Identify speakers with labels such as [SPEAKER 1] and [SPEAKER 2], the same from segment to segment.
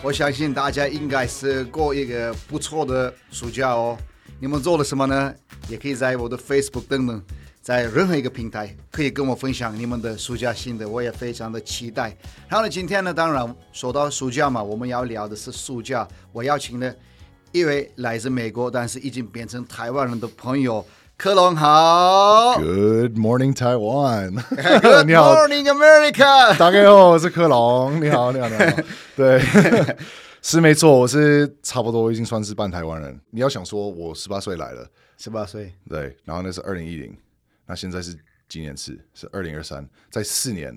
[SPEAKER 1] 我相信大家应该是过一个不错的暑假哦。你们做了什么呢？也可以在我的 Facebook 等等，在任何一个平台可以跟我分享你们的暑假心得，我也非常的期待。然后呢，今天呢，当然说到暑假嘛，我们要聊的是暑假，我邀请了一位来自美国，但是已经变成台湾人的朋友。克隆好
[SPEAKER 2] Good morning, Taiwan
[SPEAKER 1] ，Good
[SPEAKER 2] 你好，
[SPEAKER 1] morning America。
[SPEAKER 2] 大家好，我是克隆。你好，你好，你好。 对， 是没错，我是差不多已经算是半台湾人。你要想说，我十八岁来了，
[SPEAKER 1] 十八岁，
[SPEAKER 2] 对，然后那是二零一零，那现在是今年是是二零二三，在四年，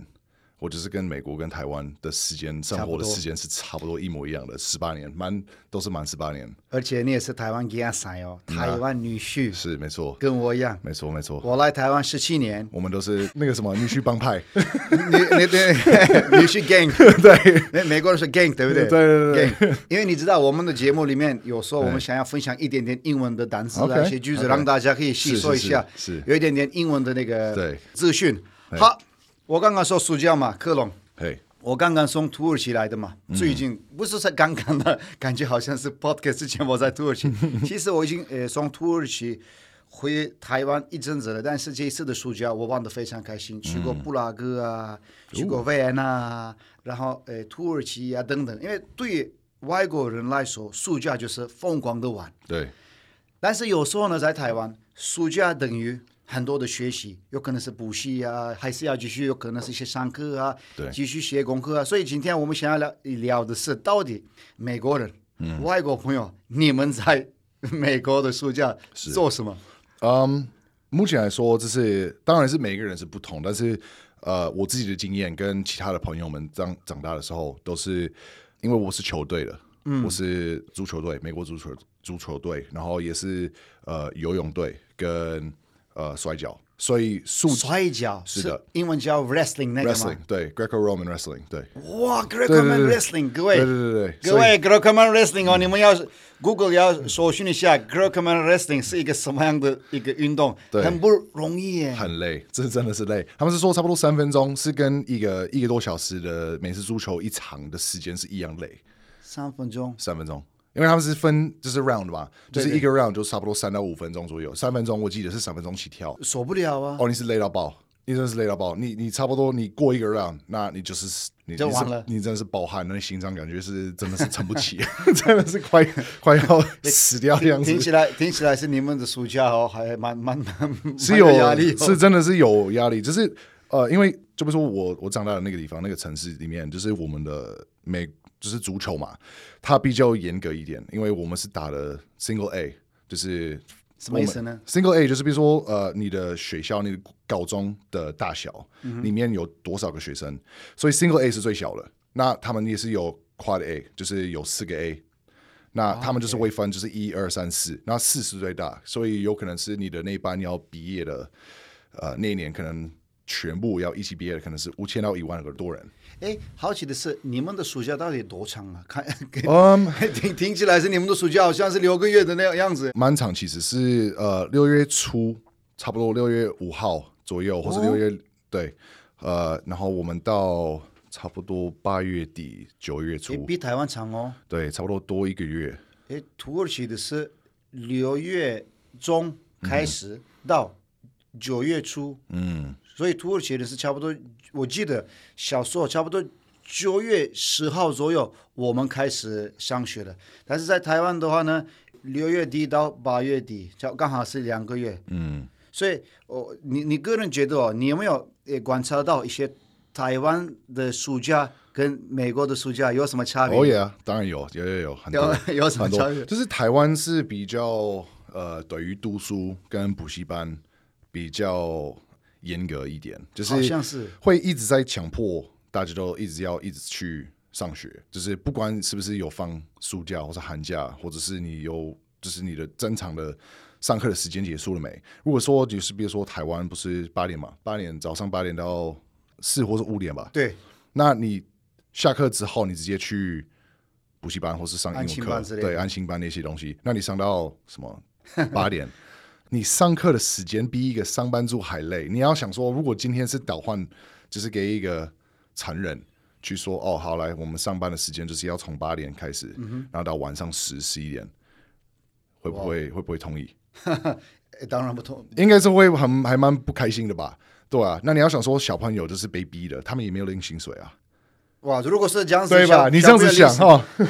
[SPEAKER 2] 我就是跟美国跟台湾的时间生活的时间是差不多一模一样的，十八年，满都是满十八年，
[SPEAKER 1] 而且你也是台湾 g a s 哦，台湾女婿。
[SPEAKER 2] 是没错，
[SPEAKER 1] 跟我一样，
[SPEAKER 2] 没错，没错，，
[SPEAKER 1] 我来台湾十七年
[SPEAKER 2] 我们都是那个什么女婿帮派。
[SPEAKER 1] 你你对，你 是 gang，对，美美国人是 gang，对不对？
[SPEAKER 2] 对对
[SPEAKER 1] 对 gang，因为你知道我们的节目里面有时候我们想要分享一点点英文的单词啊，
[SPEAKER 2] OK，
[SPEAKER 1] 一些句子
[SPEAKER 2] OK
[SPEAKER 1] 让大家可以吸收一下，
[SPEAKER 2] 是是是是
[SPEAKER 1] 有一点点英文的那个
[SPEAKER 2] 对
[SPEAKER 1] 资讯。好，我刚刚说暑假嘛，克隆。
[SPEAKER 2] 嘿，
[SPEAKER 1] 我刚刚从土耳其来的嘛，最近不是才刚刚的，感觉好像是 podcast 之前我在土耳其，其实我已经呃从土耳其回台湾一阵子了，但是这一次的暑假我玩的非常开心，去过布拉格啊，去过维也纳啊，然后呃土耳其啊等等，因为对于外国人来说，暑假就是疯狂的玩，
[SPEAKER 2] 对，
[SPEAKER 1] 但是有时候呢，在台湾，暑假等于很多的学习，有可能是补习啊，还是要继续，有可能是去上课啊，
[SPEAKER 2] 对
[SPEAKER 1] 继续写功课啊。所以今天我们想要聊聊的是，到底美国人、
[SPEAKER 2] 嗯
[SPEAKER 1] 外国朋友，你们在美国的暑假做什么？
[SPEAKER 2] 嗯，目前来说，这是当然是每个人是不同，但是呃，我自己的经验跟其他的朋友们长长大的时候，都是因为我是球队的，嗯，我是足球队，美国足球足球队，然后也是呃游泳队跟呃摔跤，所以速
[SPEAKER 1] 摔跤
[SPEAKER 2] 是的，
[SPEAKER 1] 英文叫 wrestling 那个吗
[SPEAKER 2] wrestling 对 Greco-Roman wrestling 对，
[SPEAKER 1] 哇 g r e c o m a n
[SPEAKER 2] 对对
[SPEAKER 1] wrestling，各位，
[SPEAKER 2] 对对对对
[SPEAKER 1] 各
[SPEAKER 2] 所嗯
[SPEAKER 1] 位 g r e c o m a n wrestling 哦，你们要 Google 要搜寻一下 g r e c o m a n wrestling 是一个什么样的一个运动，
[SPEAKER 2] 对
[SPEAKER 1] 很不容易耶。
[SPEAKER 2] 很累， 这真的是累。他们是说差不多三分钟是跟一个一个多小时的美式足球一场的时间是一样累。
[SPEAKER 1] 三分钟，
[SPEAKER 2] 三分钟，因为他们是分就是 round 吧，就
[SPEAKER 1] 对
[SPEAKER 2] 是一个 round 就差不多三到五分钟左右，三分钟我记得是三分钟起跳。
[SPEAKER 1] 受不了啊！
[SPEAKER 2] 哦，你是累到爆，你真的是累到爆，你你差不多你过一个 round，那你就是你
[SPEAKER 1] 就完了
[SPEAKER 2] 你是你真的是饱汗，那你心脏感觉是真的是撑不起， 真的是快快要死掉的样子
[SPEAKER 1] 听。起来听起来是你们的暑假哦，还蛮蛮蛮
[SPEAKER 2] 是有
[SPEAKER 1] 蛮压力、哦，
[SPEAKER 2] 是真的是有压力，就是呃，因为就比如说我我长大的那个地方那个城市里面，就是我们的美就是足球嘛，它比较严格一点，因为我们是打的 single A，就是
[SPEAKER 1] 什么意思呢
[SPEAKER 2] ？single A 就是比如说呃，你的学校你的高中的大小、
[SPEAKER 1] 嗯
[SPEAKER 2] 里面有多少个学生，所以 single A 是最小的，那他们也是有 quad A，就是有四个 A。那他们就是会分，就是一二三四，那四是最大，所以有可能是你的那班要毕业的，呃，那一年可能全部要一起毕业的，可能是五千到一万个多人。
[SPEAKER 1] 哎，好奇的是，你们的暑假到底多长啊？看，
[SPEAKER 2] 嗯，
[SPEAKER 1] 听听起来是你们的暑假好像是六个月的那样子。
[SPEAKER 2] 满场其实是呃六月初，差不多六月五号左右，或是六月、对，呃，然后我们到差不多八月底九月
[SPEAKER 1] 诶
[SPEAKER 2] 初，
[SPEAKER 1] 比台湾长哦。
[SPEAKER 2] 对，差不多多一个月。
[SPEAKER 1] 诶，土耳其的是六月中开
[SPEAKER 2] 嗯
[SPEAKER 1] 始到九月初，嗯，所以土耳其的是差不多，我记得小时候差不多九月十号左右我们开始上学了，但是在台湾的话呢，六月底到八月底，就刚好是两个月。
[SPEAKER 2] 嗯，
[SPEAKER 1] 所以，哦，你你个人觉得哦，你有没有也观察到一些台湾的暑假跟美国的暑假有什么差别？
[SPEAKER 2] 哦耶，当然有，有有有很多
[SPEAKER 1] 有有什么
[SPEAKER 2] 很
[SPEAKER 1] 差
[SPEAKER 2] 多，
[SPEAKER 1] 别？
[SPEAKER 2] 就是台湾是比较呃，对于读书跟补习班比较严格一点，就
[SPEAKER 1] 好
[SPEAKER 2] 是
[SPEAKER 1] 像是
[SPEAKER 2] 会一直在强迫大家都一直要一直去上学，就是不管是不是有放暑假或是寒假，或者是你有就是你的正常的上课的时间结束了没？如果说就是比如说台湾不是八点嘛，八点早上八点到四或是五点吧，
[SPEAKER 1] 对，
[SPEAKER 2] 那你下课之后，你直接去补习班或是上
[SPEAKER 1] 安
[SPEAKER 2] 英
[SPEAKER 1] 亲
[SPEAKER 2] 文
[SPEAKER 1] 班
[SPEAKER 2] 课
[SPEAKER 1] 之，类的
[SPEAKER 2] 对，安心班那些东西，那你上到什么 八点？你上课的时间比一个上班族还累。你要想说，如果今天是倒换，就是给一个残忍去说，哦，好来，我们上班的时间就是要从八点开始，
[SPEAKER 1] 嗯
[SPEAKER 2] 然后到晚上十十一点，会不会会不会同意？
[SPEAKER 1] 诶当然不同，
[SPEAKER 2] 应该是会很还蛮不开心的吧？对啊，那你要想说，小朋友就是被逼的，他们也没有领薪水啊，
[SPEAKER 1] 哇，如果是这样子，
[SPEAKER 2] 对吧？
[SPEAKER 1] 小
[SPEAKER 2] 你这样子想，哦，
[SPEAKER 1] 小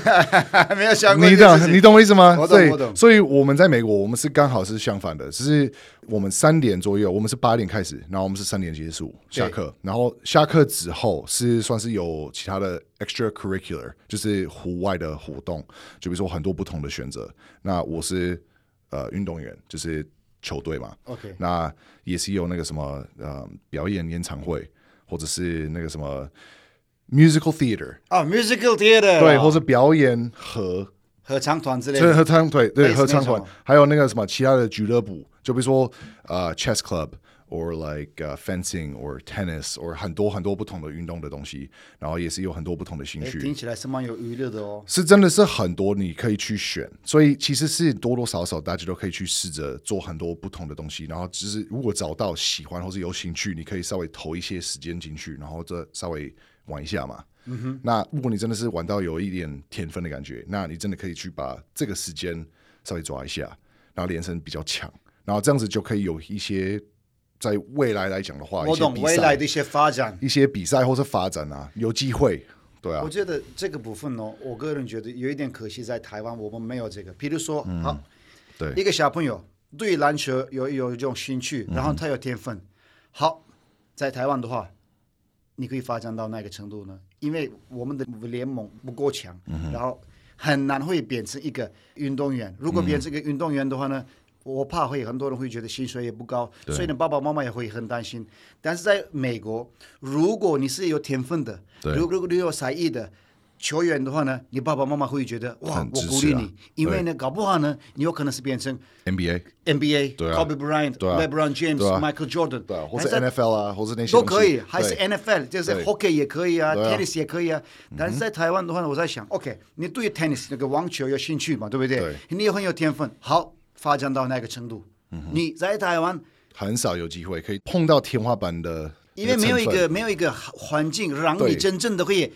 [SPEAKER 1] 朋友的历史没有想过
[SPEAKER 2] 你
[SPEAKER 1] 这个事
[SPEAKER 2] 懂
[SPEAKER 1] 情
[SPEAKER 2] 你懂我意思吗？
[SPEAKER 1] 我懂
[SPEAKER 2] 所以
[SPEAKER 1] 我懂
[SPEAKER 2] 所以我们在美国，我们是刚好是相反的，只是我们三点左右，我们是八点开始，然后我们是三点结束
[SPEAKER 1] 对
[SPEAKER 2] 下课，然后下课之后是算是有其他的 extracurricular，就是户外的活动，就比如说很多不同的选择。那我是呃运动员，就是球队嘛，
[SPEAKER 1] OK，
[SPEAKER 2] 那也是有那个什么呃表演演唱会，或者是那个什么 musical theater，
[SPEAKER 1] 啊，musical theater，
[SPEAKER 2] 对，
[SPEAKER 1] 啊
[SPEAKER 2] 或是表演和
[SPEAKER 1] 合唱团之类
[SPEAKER 2] 对，
[SPEAKER 1] 的，
[SPEAKER 2] 合唱团，对，
[SPEAKER 1] 类似
[SPEAKER 2] 合唱
[SPEAKER 1] 那
[SPEAKER 2] 团
[SPEAKER 1] 种，
[SPEAKER 2] 还有那个什么其他的俱乐部，就比如说呃，chess club or like、fencing or tennis or 很多很多不同的运动的东西，然后也是有很多不同的兴
[SPEAKER 1] 诶
[SPEAKER 2] 趣，
[SPEAKER 1] 听起来是蛮有娱乐的哦。
[SPEAKER 2] 是真的是很多你可以去选，所以其实是多多少少大家都可以去试着做很多不同的东西，然后只是如果找到喜欢或是有兴趣，你可以稍微投一些时间进去，然后再稍微玩一下嘛。嗯哼。那如果你真的是玩到有一点天分的感觉，那你真的可以去把这个时间稍微抓一下，然后连胜比较强，然后这样子就可以有一些在未来来讲的话，
[SPEAKER 1] 我懂
[SPEAKER 2] 一些比
[SPEAKER 1] 未来
[SPEAKER 2] 赛、嗯
[SPEAKER 1] 的一些发展。
[SPEAKER 2] 一些比赛或是发展啊，有机会，对啊
[SPEAKER 1] 我，觉得这个部分呢，我个人觉得有一点可惜，在台湾我们没有这个。比如说，好，
[SPEAKER 2] 嗯对
[SPEAKER 1] 一个小朋友对篮球有有一种兴趣，
[SPEAKER 2] 嗯
[SPEAKER 1] 然后他有天分，好，在台湾的话，你可以发展到那个程度呢？因为我们的联盟不够强，
[SPEAKER 2] 嗯
[SPEAKER 1] 然后很难会变成一个运动员。如果变成一个运动员的话
[SPEAKER 2] 嗯
[SPEAKER 1] 呢，我怕会很多人会觉得薪水也不高，所以呢，爸爸妈妈也会很担心。但是在美国，如果你是有天分的，
[SPEAKER 2] 对
[SPEAKER 1] 如如果你有才艺的。球员的话呢，你爸爸妈妈会觉得哇，
[SPEAKER 2] 很
[SPEAKER 1] 我
[SPEAKER 2] 支
[SPEAKER 1] 鼓
[SPEAKER 2] 持
[SPEAKER 1] 励
[SPEAKER 2] 啊
[SPEAKER 1] 你，因为呢，搞不好呢，你有可能是变成
[SPEAKER 2] NBA。
[SPEAKER 1] NBA、
[SPEAKER 2] 对啊
[SPEAKER 1] Kobe Bryant、
[SPEAKER 2] 对啊
[SPEAKER 1] LeBron James、
[SPEAKER 2] 对啊
[SPEAKER 1] Michael Jordan，
[SPEAKER 2] 对啊，或
[SPEAKER 1] 但
[SPEAKER 2] 是
[SPEAKER 1] 在
[SPEAKER 2] NFL 啊，或是那些
[SPEAKER 1] 都
[SPEAKER 2] 东西
[SPEAKER 1] 可以，还是
[SPEAKER 2] 对
[SPEAKER 1] NFL，就是
[SPEAKER 2] 对
[SPEAKER 1] hockey 也可以啊
[SPEAKER 2] 对啊
[SPEAKER 1] ，tennis 也可以啊。但是在台湾的话呢，我在想，OK，你对 tennis 那个网球有兴趣嘛，对不对
[SPEAKER 2] 对？
[SPEAKER 1] 你也很有天分，好，发展到那个程度。
[SPEAKER 2] 嗯
[SPEAKER 1] 你在台湾，
[SPEAKER 2] 很少有机会可以碰到天花板的
[SPEAKER 1] 因
[SPEAKER 2] 那成
[SPEAKER 1] 为没
[SPEAKER 2] 分，
[SPEAKER 1] 有一个没有一个环境，让你
[SPEAKER 2] 对
[SPEAKER 1] 真正的会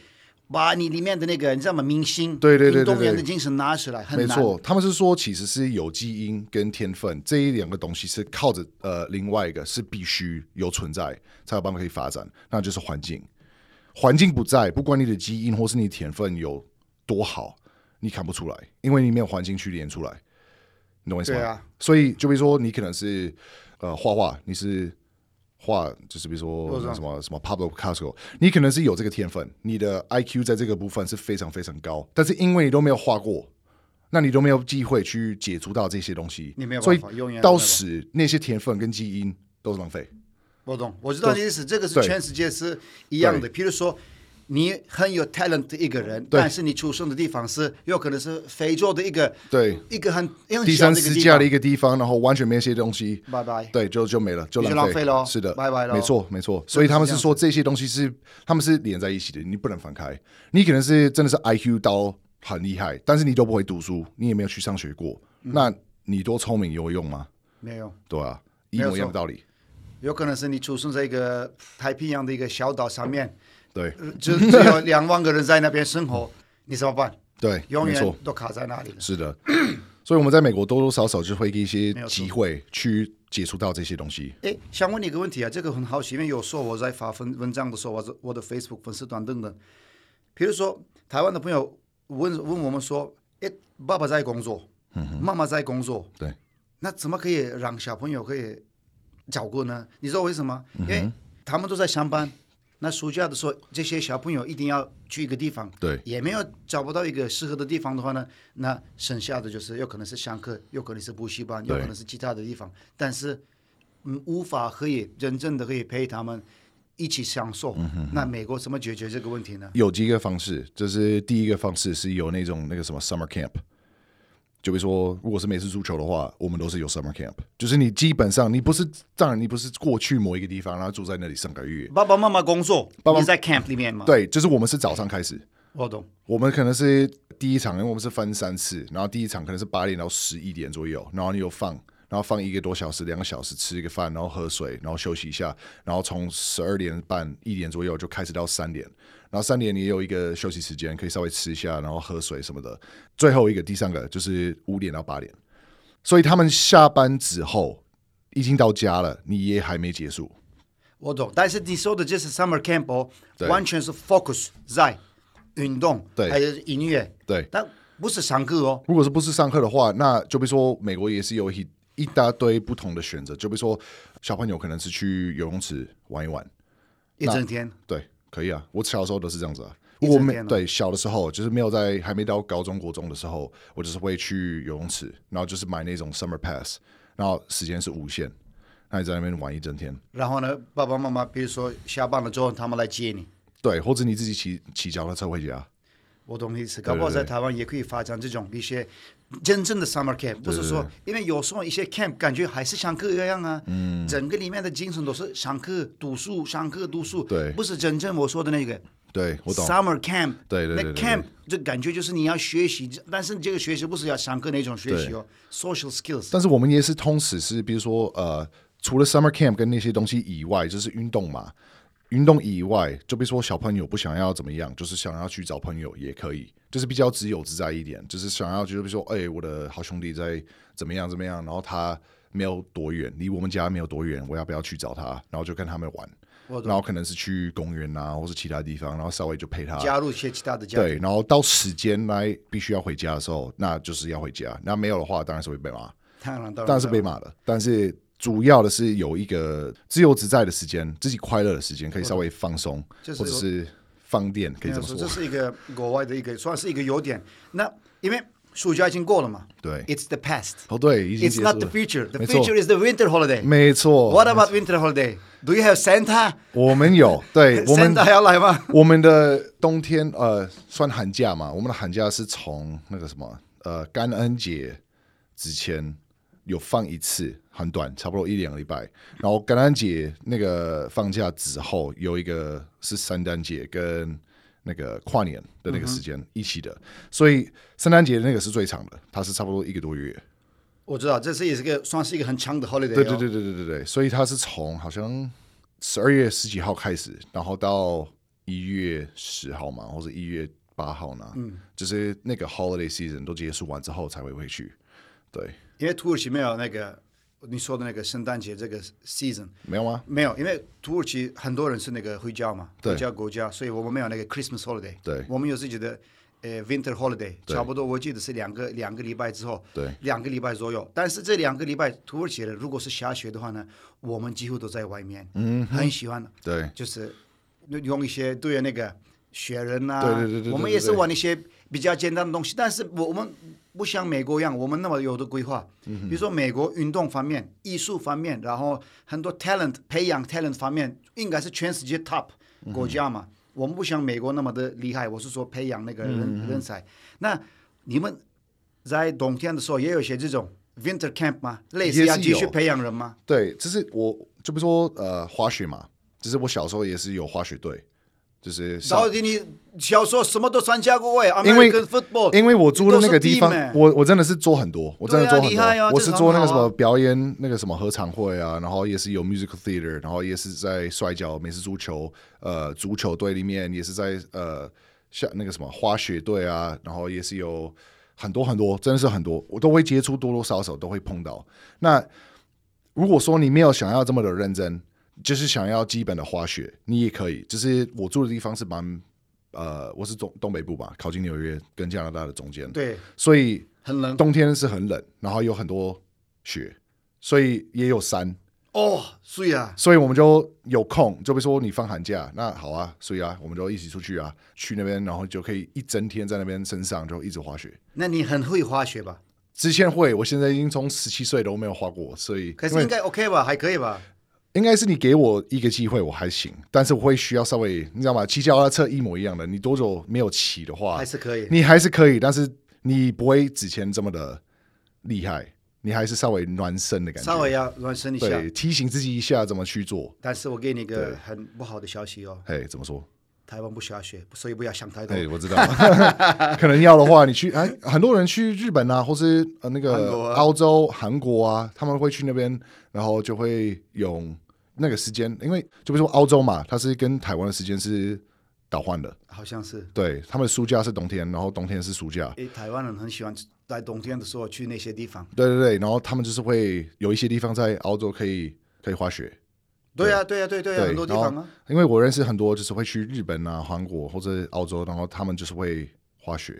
[SPEAKER 1] 把你里面的那个你知道吗，明星
[SPEAKER 2] 对对对对
[SPEAKER 1] 运动员
[SPEAKER 2] 对
[SPEAKER 1] 的精神拿出来，很
[SPEAKER 2] 没
[SPEAKER 1] 难。
[SPEAKER 2] 错，他们是说其实是有基因跟天分这一两个东西是靠着呃另外一个是必须有存在才有办法可以发展，那就是环境。环境不在，不管你的基因或是你天分有多好，你看不出来，因为你没有环境去练出来，你懂我意思吗？
[SPEAKER 1] 对啊
[SPEAKER 2] 所以就比如说你可能是呃画画，你是画就是比如
[SPEAKER 1] 我
[SPEAKER 2] 说
[SPEAKER 1] 知道
[SPEAKER 2] 什么什么 Pablo Picasso，你可能是有这个天分，你的 IQ 在这个部分是非常非常高，但是因为你都没有画过，那你都没有机会去解除到这些东西，
[SPEAKER 1] 你没有办
[SPEAKER 2] 所以
[SPEAKER 1] 法永远没有
[SPEAKER 2] 到
[SPEAKER 1] 办法
[SPEAKER 2] 时那些天分跟基因都是浪费。
[SPEAKER 1] 我懂，我知道你的意思，这个是
[SPEAKER 2] 对
[SPEAKER 1] 全世界是一样的。譬如说，你很有 talent 的一个人，
[SPEAKER 2] 对
[SPEAKER 1] 但是你出生的地方是有可能是非洲的一个
[SPEAKER 2] 对，
[SPEAKER 1] 一个很很
[SPEAKER 2] 第
[SPEAKER 1] 小
[SPEAKER 2] 三
[SPEAKER 1] 的一个
[SPEAKER 2] 世
[SPEAKER 1] 地
[SPEAKER 2] 界的
[SPEAKER 1] 方。
[SPEAKER 2] 一个地方，然后完全没有这些东西，
[SPEAKER 1] 拜拜。
[SPEAKER 2] 对，就就没了，就
[SPEAKER 1] 就
[SPEAKER 2] 浪
[SPEAKER 1] 浪费咯
[SPEAKER 2] 是的，
[SPEAKER 1] 拜拜咯
[SPEAKER 2] 没错没错。所以他们是说这些东西是他们是连在一起的，你不能分开。你可能是真的是 IQ 到很厉害，但是你都不会读书，你也没有去上学过，
[SPEAKER 1] 嗯
[SPEAKER 2] 那你多聪明有用吗？
[SPEAKER 1] 没有，
[SPEAKER 2] 对啊，一
[SPEAKER 1] 没有
[SPEAKER 2] 模一样
[SPEAKER 1] 错
[SPEAKER 2] 的道理。
[SPEAKER 1] 有可能是你出生在一个太平洋的一个小岛上面，
[SPEAKER 2] 对
[SPEAKER 1] 只只有两万个人在那边生活，你怎么办？
[SPEAKER 2] 对，
[SPEAKER 1] 永
[SPEAKER 2] 没错
[SPEAKER 1] 远，都卡在那里了。
[SPEAKER 2] 是的。所以我们在美国多多少少就会给一些
[SPEAKER 1] 没有错
[SPEAKER 2] 机会去接触到这些东西。
[SPEAKER 1] 哎，想问你一个问题啊，这个很好奇，因为有时候我在发文文章的时候，我是我的 Facebook 粉丝团等等，比如说台湾的朋友问问我们说：“哎，爸爸在工作，妈妈在工作，
[SPEAKER 2] 对，
[SPEAKER 1] 那怎么可以让小朋友可以照顾呢？你知道为什么？
[SPEAKER 2] 嗯
[SPEAKER 1] 因为他们都在上班。那暑假的时候，这些小朋友一定要去一个地方，
[SPEAKER 2] 对
[SPEAKER 1] 也没有找不到一个适合的地方的话呢，那剩下的就是有可能是上课，有可能是补习班，有可能是其他的地方，但是嗯，无法可以真正的可以陪他们一起享受。
[SPEAKER 2] 嗯
[SPEAKER 1] 那美国怎么解决这个问题呢？
[SPEAKER 2] 有几个方式，就是第一个方式是有那种那个什么 summer camp，就比如说，如果是美式足球的话，我们都是有 summer camp，就是你基本上你不是，当然你不是过去某一个地方，然后住在那里上个月，
[SPEAKER 1] 爸爸妈妈工作，
[SPEAKER 2] 妈
[SPEAKER 1] 你在 camp 里面吗？，
[SPEAKER 2] 对，就是我们是早上开始，
[SPEAKER 1] 我懂。
[SPEAKER 2] 我们可能是第一场，因为我们是分三次，然后第一场可能是八点到十一点左右，然后你有放，然后放一个多小时、两个小时，吃一个饭，然后喝水，然后休息一下，然后从十二点半一点左右就开始到三点，然后三点你也有一个休息时间，可以稍微吃一下，然后喝水什么的。最后一个第三个就是五点到八点，所以他们下班之后已经到家了，你也还没结束，
[SPEAKER 1] 我懂，但是你说的这是 summer camp 哦，完全是 focus 在运动，
[SPEAKER 2] 对
[SPEAKER 1] 还有音乐，
[SPEAKER 2] 对。
[SPEAKER 1] 但不是上课哦。
[SPEAKER 2] 如果是不是上课的话，那就比如说美国也是有一一大堆不同的选择，就比如说小朋友可能是去游泳池玩一玩，
[SPEAKER 1] 一整天，
[SPEAKER 2] 对，可以啊。我小时候都是这样子啊。
[SPEAKER 1] 一
[SPEAKER 2] 我
[SPEAKER 1] 整
[SPEAKER 2] 没
[SPEAKER 1] 天啊
[SPEAKER 2] 对小的时候，就是没有在还没到高中国中的时候，我就是会去游泳池，然后就是买那种 summer pass，然后时间是无限，那你在那边玩一整天，
[SPEAKER 1] 然后呢，爸爸妈妈比如说下班了之后，他们来接你。
[SPEAKER 2] 对，或者你自己骑骑脚踏车回家，
[SPEAKER 1] 我懂你意思，搞不好在台湾也可以发展这种一些真正的 summer camp，不是说，因为有时候一些 camp 感觉还是上课一样啊，嗯，整个里面的精神都是上课读书，上课读书，
[SPEAKER 2] 对
[SPEAKER 1] 不是真正我说的那个
[SPEAKER 2] 对我懂，
[SPEAKER 1] summer camp，
[SPEAKER 2] 对对对
[SPEAKER 1] 那
[SPEAKER 2] 对
[SPEAKER 1] camp 这感觉就是你要学习，但是这个学习不是要上课那种学习哦，social skills，
[SPEAKER 2] 但是我们也是通识是，比如说呃，除了 summer camp 跟那些东西以外，就是运动嘛。运动以外，就比如说小朋友不想要怎么样，就是想要去找朋友也可以，就是比较自由自在一点，就是想要就是比如说，哎、我的好兄弟在怎么样怎么样，然后他没有多远，离我们家没有多远，我要不要去找他？然后就跟他们玩，然后可能是去公园啊，或是其他地方，然后稍微就陪他
[SPEAKER 1] 加入一些其他的家，
[SPEAKER 2] 对，然后到时间来必须要回家的时候，那就是要回家，那没有的话当然是会被骂。
[SPEAKER 1] 当然当
[SPEAKER 2] 当
[SPEAKER 1] 然
[SPEAKER 2] 然是被骂了，但是主要的是有一个自由自在的时间，自己快乐的时间，可以稍微放松，
[SPEAKER 1] 就是
[SPEAKER 2] 或者是放电，
[SPEAKER 1] 没
[SPEAKER 2] 可以这
[SPEAKER 1] 有
[SPEAKER 2] 么
[SPEAKER 1] 说这
[SPEAKER 2] 说。
[SPEAKER 1] 是一个国外的一个算是一个优点。那因为暑假已经过了嘛
[SPEAKER 2] 对，
[SPEAKER 1] ，It's the past。
[SPEAKER 2] 哦对，已经
[SPEAKER 1] It's
[SPEAKER 2] 结束
[SPEAKER 1] not the
[SPEAKER 2] 了，
[SPEAKER 1] future. The
[SPEAKER 2] 没错
[SPEAKER 1] future is the winter holiday.
[SPEAKER 2] 没错。
[SPEAKER 1] What about winter holiday? Do you have Santa?
[SPEAKER 2] 我们有， 对我们
[SPEAKER 1] Santa 还要来 吗？
[SPEAKER 2] 我们的冬天呃算寒假嘛，我们的寒假是从那个什么呃感恩节之前有放一次，很短，差不多一两个礼拜。然后感恩节那个放假之后有一个是圣诞节跟那个跨年的那个时间一起的，所以圣诞节那个是最长的，它是差不多一个多月。
[SPEAKER 1] 我知道，这是也是个算是一个很长的 holiday、哦。
[SPEAKER 2] 对对对对对对对，所以它是从好像十二月十几号开始，然后到一月十号嘛，或者一月八号呢，嗯，就是那个 holiday season 都结束完之后才会回去。对，
[SPEAKER 1] 因为土耳其没有那个你说的那个圣诞节这个 season，
[SPEAKER 2] 没有吗？
[SPEAKER 1] 没有，因为土耳其很多人是那个回教嘛，
[SPEAKER 2] 对
[SPEAKER 1] 回教国家，所以我们没有那个 Christmas holiday。
[SPEAKER 2] 对
[SPEAKER 1] 我们有自己的呃 winter holiday，差不多我记得是两个两个礼拜之后，
[SPEAKER 2] 对，
[SPEAKER 1] 两个礼拜左右。但是这两个礼拜，土耳其人如果是下雪的话呢，我们几乎都在外面，嗯，很喜欢
[SPEAKER 2] 对
[SPEAKER 1] 就是用一些对那个雪人啊，
[SPEAKER 2] 对对对对对
[SPEAKER 1] 我们也是玩一些比较简单的东西，但是我我们不像美国一样，我们那么有的规划。
[SPEAKER 2] 嗯
[SPEAKER 1] 比如说美国运动方面、艺术方面，然后很多 talent 培养 talent 方面，应该是全世界 top
[SPEAKER 2] 嗯
[SPEAKER 1] 国家嘛。我们不像美国那么的厉害，我是说培养那
[SPEAKER 2] 嗯
[SPEAKER 1] 个人、人才。那你们在冬天的时候也有一些这种 winter camp 吗？类似
[SPEAKER 2] 也
[SPEAKER 1] 要
[SPEAKER 2] 是
[SPEAKER 1] 继续
[SPEAKER 2] 有
[SPEAKER 1] 培养人吗？
[SPEAKER 2] 对，就是我就比如说呃滑雪嘛，就是我小时候也是有滑雪队，就是上
[SPEAKER 1] 到底你小时候什么都参加过哎、欸，
[SPEAKER 2] 因为
[SPEAKER 1] American football，
[SPEAKER 2] 因为我租的那个地方
[SPEAKER 1] 都是 team 欸，
[SPEAKER 2] 我我真的是做很多，我真的做很
[SPEAKER 1] 对
[SPEAKER 2] 多，
[SPEAKER 1] 啊厉害啊
[SPEAKER 2] 我是做那个什
[SPEAKER 1] 这很好
[SPEAKER 2] 么
[SPEAKER 1] 啊
[SPEAKER 2] 表演那个什么合唱会啊，然后也是有 musical theater，然后也是在摔跤、美式足球、呃足球队里面，也是在呃像那个什么滑雪队啊，然后也是有很多很多，真的是很多，我都会接触，多多少少都会碰到。那如果说你没有想要这么的认真，就是想要基本的滑雪，你也可以。就是我住的地方是蛮呃，我是东东北部吧，靠近纽约跟加拿大的中间，
[SPEAKER 1] 对，
[SPEAKER 2] 所以
[SPEAKER 1] 很冷
[SPEAKER 2] 冬天是很冷，然后有很多雪，所以也有山，
[SPEAKER 1] 哦，所以啊，
[SPEAKER 2] 所以我们就有空，就比如说你放寒假，那好啊，所以啊，我们就一起出去啊，去那边，然后就可以一整天在那边身上就一直滑雪。
[SPEAKER 1] 那你很会滑雪吧？
[SPEAKER 2] 之前会，我现在已经从十七岁都没有滑过，所以
[SPEAKER 1] 可
[SPEAKER 2] 因
[SPEAKER 1] 是
[SPEAKER 2] 为
[SPEAKER 1] 应该 OK 吧，还可以吧？
[SPEAKER 2] 应该是你给我一个机会，我还行，但是我会需要稍微，你知道吗？骑脚踏车一模一样的，你多久没有骑的话
[SPEAKER 1] 还，是可以。
[SPEAKER 2] 你还是可以，但是你不会之前这么的厉害，你还是稍微暖身的感觉，
[SPEAKER 1] 稍微要暖身一下。
[SPEAKER 2] 对，提醒自己一下怎么去做。
[SPEAKER 1] 但是我给你一个很不好的消息哦，
[SPEAKER 2] 哎，怎么说？
[SPEAKER 1] 台湾不下雪，所以不要想太多。
[SPEAKER 2] 哎，我知道， 可能要的话，你去哎，很多人去日本啊，或是呃那
[SPEAKER 1] 韩国
[SPEAKER 2] 个
[SPEAKER 1] 啊
[SPEAKER 2] 澳洲、韩国啊，他们会去那边，然后就会用那个时间，因为就比如说澳洲嘛，它是跟台湾的时间是倒换的，
[SPEAKER 1] 好像是，
[SPEAKER 2] 对，他们暑假是冬天，然后冬天是暑假，
[SPEAKER 1] 诶，台湾人很喜欢在冬天的时候去那些地方。
[SPEAKER 2] 对对对，然后他们就是会有一些地方在澳洲可以可以滑雪，
[SPEAKER 1] 对呀、对呀、对对呀、
[SPEAKER 2] 对
[SPEAKER 1] 很多地方啊。
[SPEAKER 2] 因为我认识很多就是会去日本啊、韩国或者澳洲，然后他们就是会滑雪，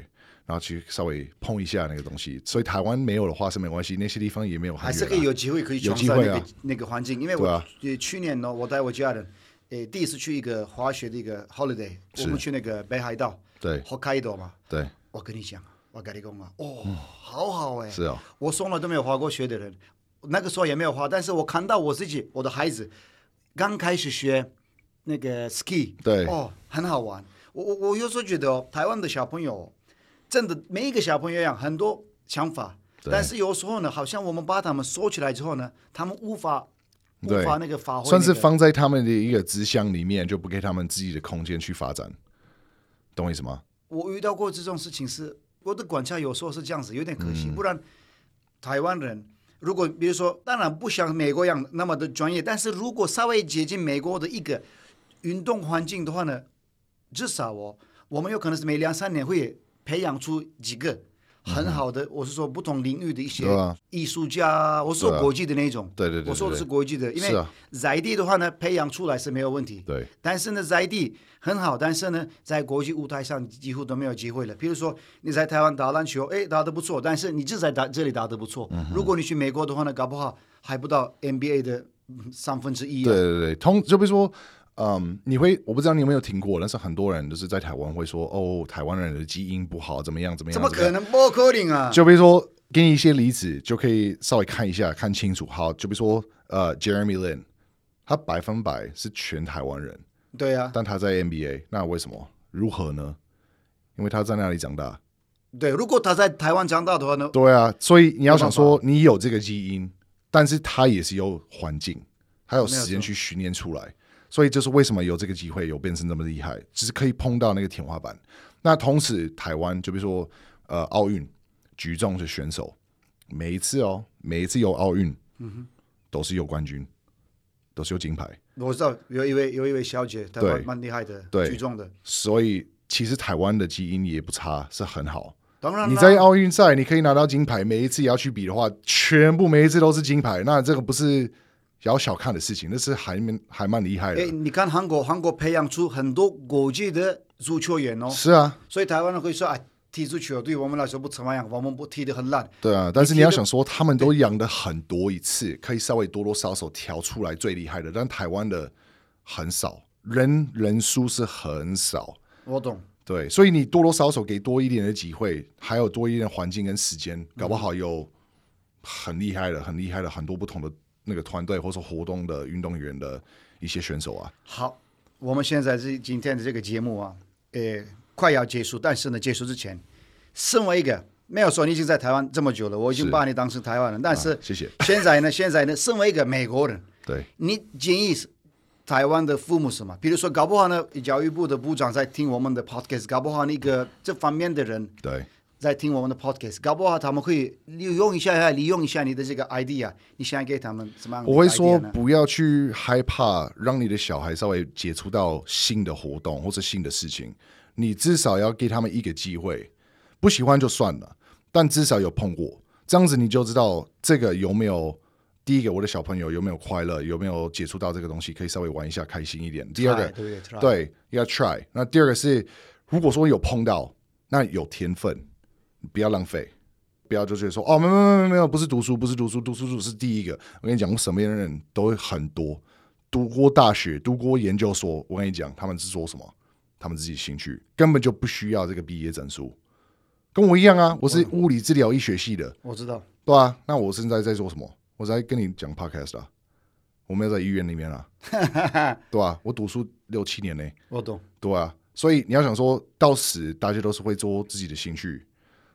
[SPEAKER 2] 然后去稍微碰一下那个东西。所以台湾没有的话是没关系，那些地方也没有很
[SPEAKER 1] 还
[SPEAKER 2] 远、
[SPEAKER 1] 是
[SPEAKER 2] 啊。
[SPEAKER 1] 可以有机会可以
[SPEAKER 2] 有
[SPEAKER 1] 创
[SPEAKER 2] 机
[SPEAKER 1] 造
[SPEAKER 2] 会
[SPEAKER 1] 那个、
[SPEAKER 2] 啊
[SPEAKER 1] 那个环境，因为
[SPEAKER 2] 对
[SPEAKER 1] 我、
[SPEAKER 2] 啊
[SPEAKER 1] 呃去年呢，我带我家人，诶，第一次去一个滑雪的一个 holiday，我们去那个北海道，
[SPEAKER 2] 对
[SPEAKER 1] 北海道嘛，
[SPEAKER 2] 对，
[SPEAKER 1] 我跟你讲，我跟你讲啊，哦，好好哎、
[SPEAKER 2] 嗯是哦，
[SPEAKER 1] 我从来都没有滑过雪的人，那个时候也没有滑，但是我看到我自己，我的孩子刚开始学那个 ski，
[SPEAKER 2] 对
[SPEAKER 1] 哦，很好玩。我我我有时候觉得、哦，台湾的小朋友真的每一个小朋友一样，很多想法，
[SPEAKER 2] 对
[SPEAKER 1] 但是有时候呢，好像我们把他们收起来之后呢，他们无法无
[SPEAKER 2] 对
[SPEAKER 1] 法那个发挥、那个，
[SPEAKER 2] 算是放在他们的一个支箱里面，就不给他们自己的空间去发展，懂我意思吗？
[SPEAKER 1] 我遇到过这种事情是，我的管教有时候是这样子，有点可惜。不然，台湾
[SPEAKER 2] 嗯
[SPEAKER 1] 人如果比如说，当然不像美国一样那么的专业，但是如果稍微接近美国的一个运动环境的话呢，至少哦，我们有可能是每两三年会培养出几
[SPEAKER 2] 嗯
[SPEAKER 1] 个很好的，我是说不同领域的一些
[SPEAKER 2] 对啊
[SPEAKER 1] 艺术家啊，我是
[SPEAKER 2] 对
[SPEAKER 1] 说
[SPEAKER 2] 啊
[SPEAKER 1] 国际的那种。
[SPEAKER 2] 对对对对
[SPEAKER 1] 我说的
[SPEAKER 2] 对
[SPEAKER 1] 是国际的，因
[SPEAKER 2] 是
[SPEAKER 1] 为
[SPEAKER 2] 啊
[SPEAKER 1] 在地的话呢，培养出来是没有问题。
[SPEAKER 2] 对
[SPEAKER 1] 但是呢，在地很好，但是呢，在国际舞台上几乎都没有机会了。比如说你在台湾打篮球，哎，打得不错，但是你就在打这里打得不错。
[SPEAKER 2] 嗯
[SPEAKER 1] 如果你去美国的话呢，搞不好还不到 NBA 的嗯三分之一、
[SPEAKER 2] 对
[SPEAKER 1] 啊。
[SPEAKER 2] 对对，通就比如说，嗯，你会我不知道你有没有听过，但是很多人就是在台湾会说，哦，台湾人的基因不好，怎么样怎么样，
[SPEAKER 1] 怎么
[SPEAKER 2] 样
[SPEAKER 1] 可能不可能啊？
[SPEAKER 2] 就比如说给你一些例子，就可以稍微看一下，看清楚。好，就比如说呃，Jeremy Lin，他百分百是全台湾人，
[SPEAKER 1] 对啊，
[SPEAKER 2] 但他在 NBA，那为什么？如何呢？因为他在那里长大。
[SPEAKER 1] 对。如果他在台湾长大的话呢，
[SPEAKER 2] 对啊，所以你要想
[SPEAKER 1] 没
[SPEAKER 2] 说你有这个基因，但是他也是有环境，他有时
[SPEAKER 1] 没有
[SPEAKER 2] 间
[SPEAKER 1] 错
[SPEAKER 2] 去训练出来。所以就是为什么有这个机会有变成这么厉害，只是可以碰到那个天花板。那同时，台湾就比如说呃奥运举重的选手，每一次哦，每一次有奥运，都是有冠军，都是有金牌。
[SPEAKER 1] 我知道有一位有一位小姐，台湾
[SPEAKER 2] 对
[SPEAKER 1] 蛮厉害的，
[SPEAKER 2] 对
[SPEAKER 1] 举重的。
[SPEAKER 2] 所以其实台湾的基因也不差，是很好。
[SPEAKER 1] 当然
[SPEAKER 2] 你
[SPEAKER 1] 啦
[SPEAKER 2] 在奥运赛你可以拿到金牌，每一次也要去比的话，全部每一次都是金牌，那这个不是小小看的事情，那是还蛮还蛮厉害
[SPEAKER 1] 哎，
[SPEAKER 2] 的。
[SPEAKER 1] 你看韩国，韩国培养出很多国际的足球员哦，
[SPEAKER 2] 是啊，
[SPEAKER 1] 所以台湾人会说啊，踢足球对我们来说不怎么样，我们不踢得很烂。
[SPEAKER 2] 对啊，但是你要想说，他们都养的很多一次，可以稍微多多少少调出来最厉害的，但台湾的很少，人人数是很少。
[SPEAKER 1] 我懂，
[SPEAKER 2] 对，所以你多多少少给多一点的机会，还有多一点的环境跟时间，搞不好有很厉害的、很厉害的很多不同的那个团队或者活动的运动员的一些选手啊。
[SPEAKER 1] 好，我们现在是今天的这个节目啊，呃，快要结束，但是呢，结束之前，身为一个没有说你已经在台湾这么久了，我已经
[SPEAKER 2] 是啊
[SPEAKER 1] 把你当成台湾人，但是、
[SPEAKER 2] 谢谢。
[SPEAKER 1] 现在呢，现在呢，身为一个美国人，
[SPEAKER 2] 对，
[SPEAKER 1] 你建议台湾的父母什么？比如说，搞不好呢，教育部的部长在听我们的 podcast，搞不好那个这方面的人
[SPEAKER 2] 对，
[SPEAKER 1] 在听我们的 podcast，搞不好他们会利用一下、利用一下你的这个 idea，你想给他们什么样的 idea 呢？
[SPEAKER 2] 我会说不要去害怕，让你的小孩稍微接触到新的活动或者新的事情，你至少要给他们一个机会。不喜欢就算了，但至少有碰过，这样子你就知道这个有没有。第一个，我的小朋友有没有快乐，有没有接触到这个东西，可以稍微玩一下，开心一点。第二个
[SPEAKER 1] Try，对不对？Try
[SPEAKER 2] 对，要 try。那第二个是，如果说有碰到，那有天分，不要浪费，不要就觉得说哦，没有没有没有没有，不是读书，不是读书，读书是第一个。我跟你讲，我身边的人都很多，读过大学，读过研究所。我跟你讲，他们是做什么？他们自己兴趣，根本就不需要这个毕业证书。跟我一样啊，我是物理治疗医学系的，
[SPEAKER 1] 我知道，
[SPEAKER 2] 对啊。那我现在在做什么？我在跟你讲 podcast 啊，我没有在医院里面啊，对吧、我读书六七年呢、
[SPEAKER 1] 我懂。
[SPEAKER 2] 对啊，所以你要想说到死，大家都是会做自己的兴趣，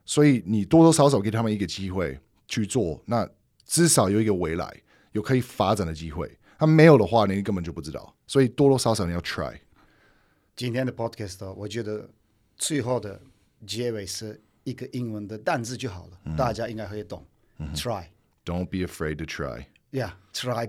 [SPEAKER 2] 所以你多多少少给他们一个机会去做，那至少有一个未来，有可以发展的机会。他没有的话，你根本就不知道，所以多多少少你要 try。
[SPEAKER 1] 今天的 podcast，哦我觉得最后的结尾是一个英文的单字就好了，
[SPEAKER 2] 嗯
[SPEAKER 1] 大家应该会懂。Try，yeah，try
[SPEAKER 2] Don't be afraid to try.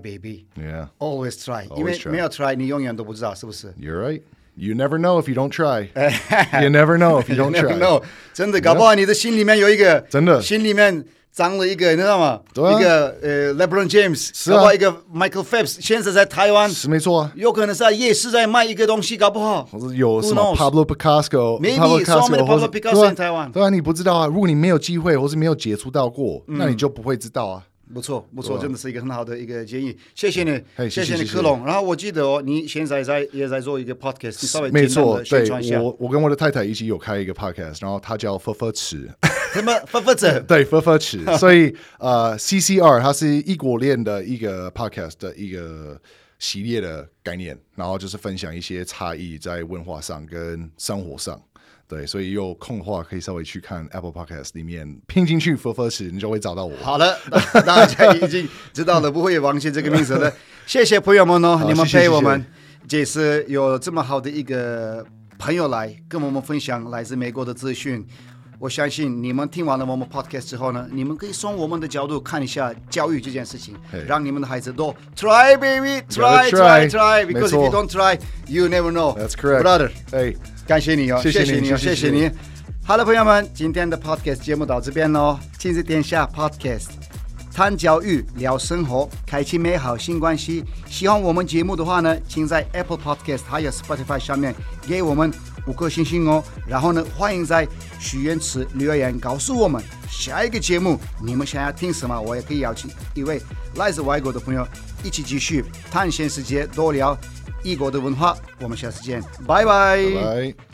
[SPEAKER 1] baby。
[SPEAKER 2] Yeah,
[SPEAKER 1] Always try，因
[SPEAKER 2] Always
[SPEAKER 1] 为
[SPEAKER 2] try
[SPEAKER 1] 没有 try，你永远都不知道是不是
[SPEAKER 2] you're right. You never know if you don't try. you never know if you don't try.
[SPEAKER 1] no，真的，搞不好你的心里面有一个，
[SPEAKER 2] 真的
[SPEAKER 1] 心里面长了一个，你知道吗？
[SPEAKER 2] 对啊
[SPEAKER 1] 一个呃，LeBron James，
[SPEAKER 2] 啊
[SPEAKER 1] 搞不好一个 Michael Phelps，现在在台湾，
[SPEAKER 2] 是没错啊。
[SPEAKER 1] 有可能是在夜市在卖一个东西，搞不好。
[SPEAKER 2] 或者有什么
[SPEAKER 1] Who knows？
[SPEAKER 2] Pablo Picasso、
[SPEAKER 1] Maybe
[SPEAKER 2] Pablo
[SPEAKER 1] so many
[SPEAKER 2] Picasso 或者
[SPEAKER 1] Pablo Picasso
[SPEAKER 2] 对啊
[SPEAKER 1] in Taiwan
[SPEAKER 2] 对啊，你不知道啊。如果你没有机会，或是没有接触到过，那你就不会知道啊。
[SPEAKER 1] 不错，不错，真的是一个很好的一个建议，谢谢你，
[SPEAKER 2] 嘿谢谢
[SPEAKER 1] 谢你，
[SPEAKER 2] 谢谢
[SPEAKER 1] 科隆。然后我记得哦，你现在在也在做一个 podcast，你稍微
[SPEAKER 2] 没
[SPEAKER 1] 简单
[SPEAKER 2] 错，
[SPEAKER 1] 的宣
[SPEAKER 2] 对
[SPEAKER 1] 传一下。
[SPEAKER 2] 我，我跟我的太太一起有开一个 podcast，然后它叫“分分池”，
[SPEAKER 1] 什么分分者？
[SPEAKER 2] 对，分分池。所以呃，CCR 它是异国恋的一个 podcast 的一个系列的概念，然后就是分享一些差异在文化上跟生活上。对，所以有空的话可以稍微去看 Apple Podcast 里面拼进去“分分池”，你就会找到我。
[SPEAKER 1] 好了，大大家已经知道了，不会有王先这个名字 了。谢谢朋友们哦，你们
[SPEAKER 2] 谢谢
[SPEAKER 1] 陪我
[SPEAKER 2] 谢谢
[SPEAKER 1] 们，这次有这么好的一个朋友来跟我们分享来自美国的资讯。我相信你们听完了我们 podcast 之后呢，你们可以从我们的角度看一下教育这件事情
[SPEAKER 2] 嘿，
[SPEAKER 1] 让你们的孩子都 try baby try try
[SPEAKER 2] Gotta try
[SPEAKER 1] try because if
[SPEAKER 2] 没
[SPEAKER 1] you
[SPEAKER 2] 错
[SPEAKER 1] don't try you never know
[SPEAKER 2] That's correct.
[SPEAKER 1] brother。
[SPEAKER 2] 哎，
[SPEAKER 1] 感谢你哦，
[SPEAKER 2] 谢谢
[SPEAKER 1] 谢
[SPEAKER 2] 你
[SPEAKER 1] 你哦，
[SPEAKER 2] 谢谢
[SPEAKER 1] 谢谢你。好了，朋友们，今天的 Podcast 节目到这边喽。亲子天下 Podcast 谈教育、聊生活，开启美好新关系。喜欢我们节目的话呢，请在 Apple Podcast 还有 Spotify 上面给我们五颗星星哦。然后呢，欢迎在许愿池留言告诉我们下一个节目你们想要听什么，我也可以邀请一位来自外国的朋友一起继续探险世界，多聊异国的文化。我们下次见，拜拜
[SPEAKER 2] 拜。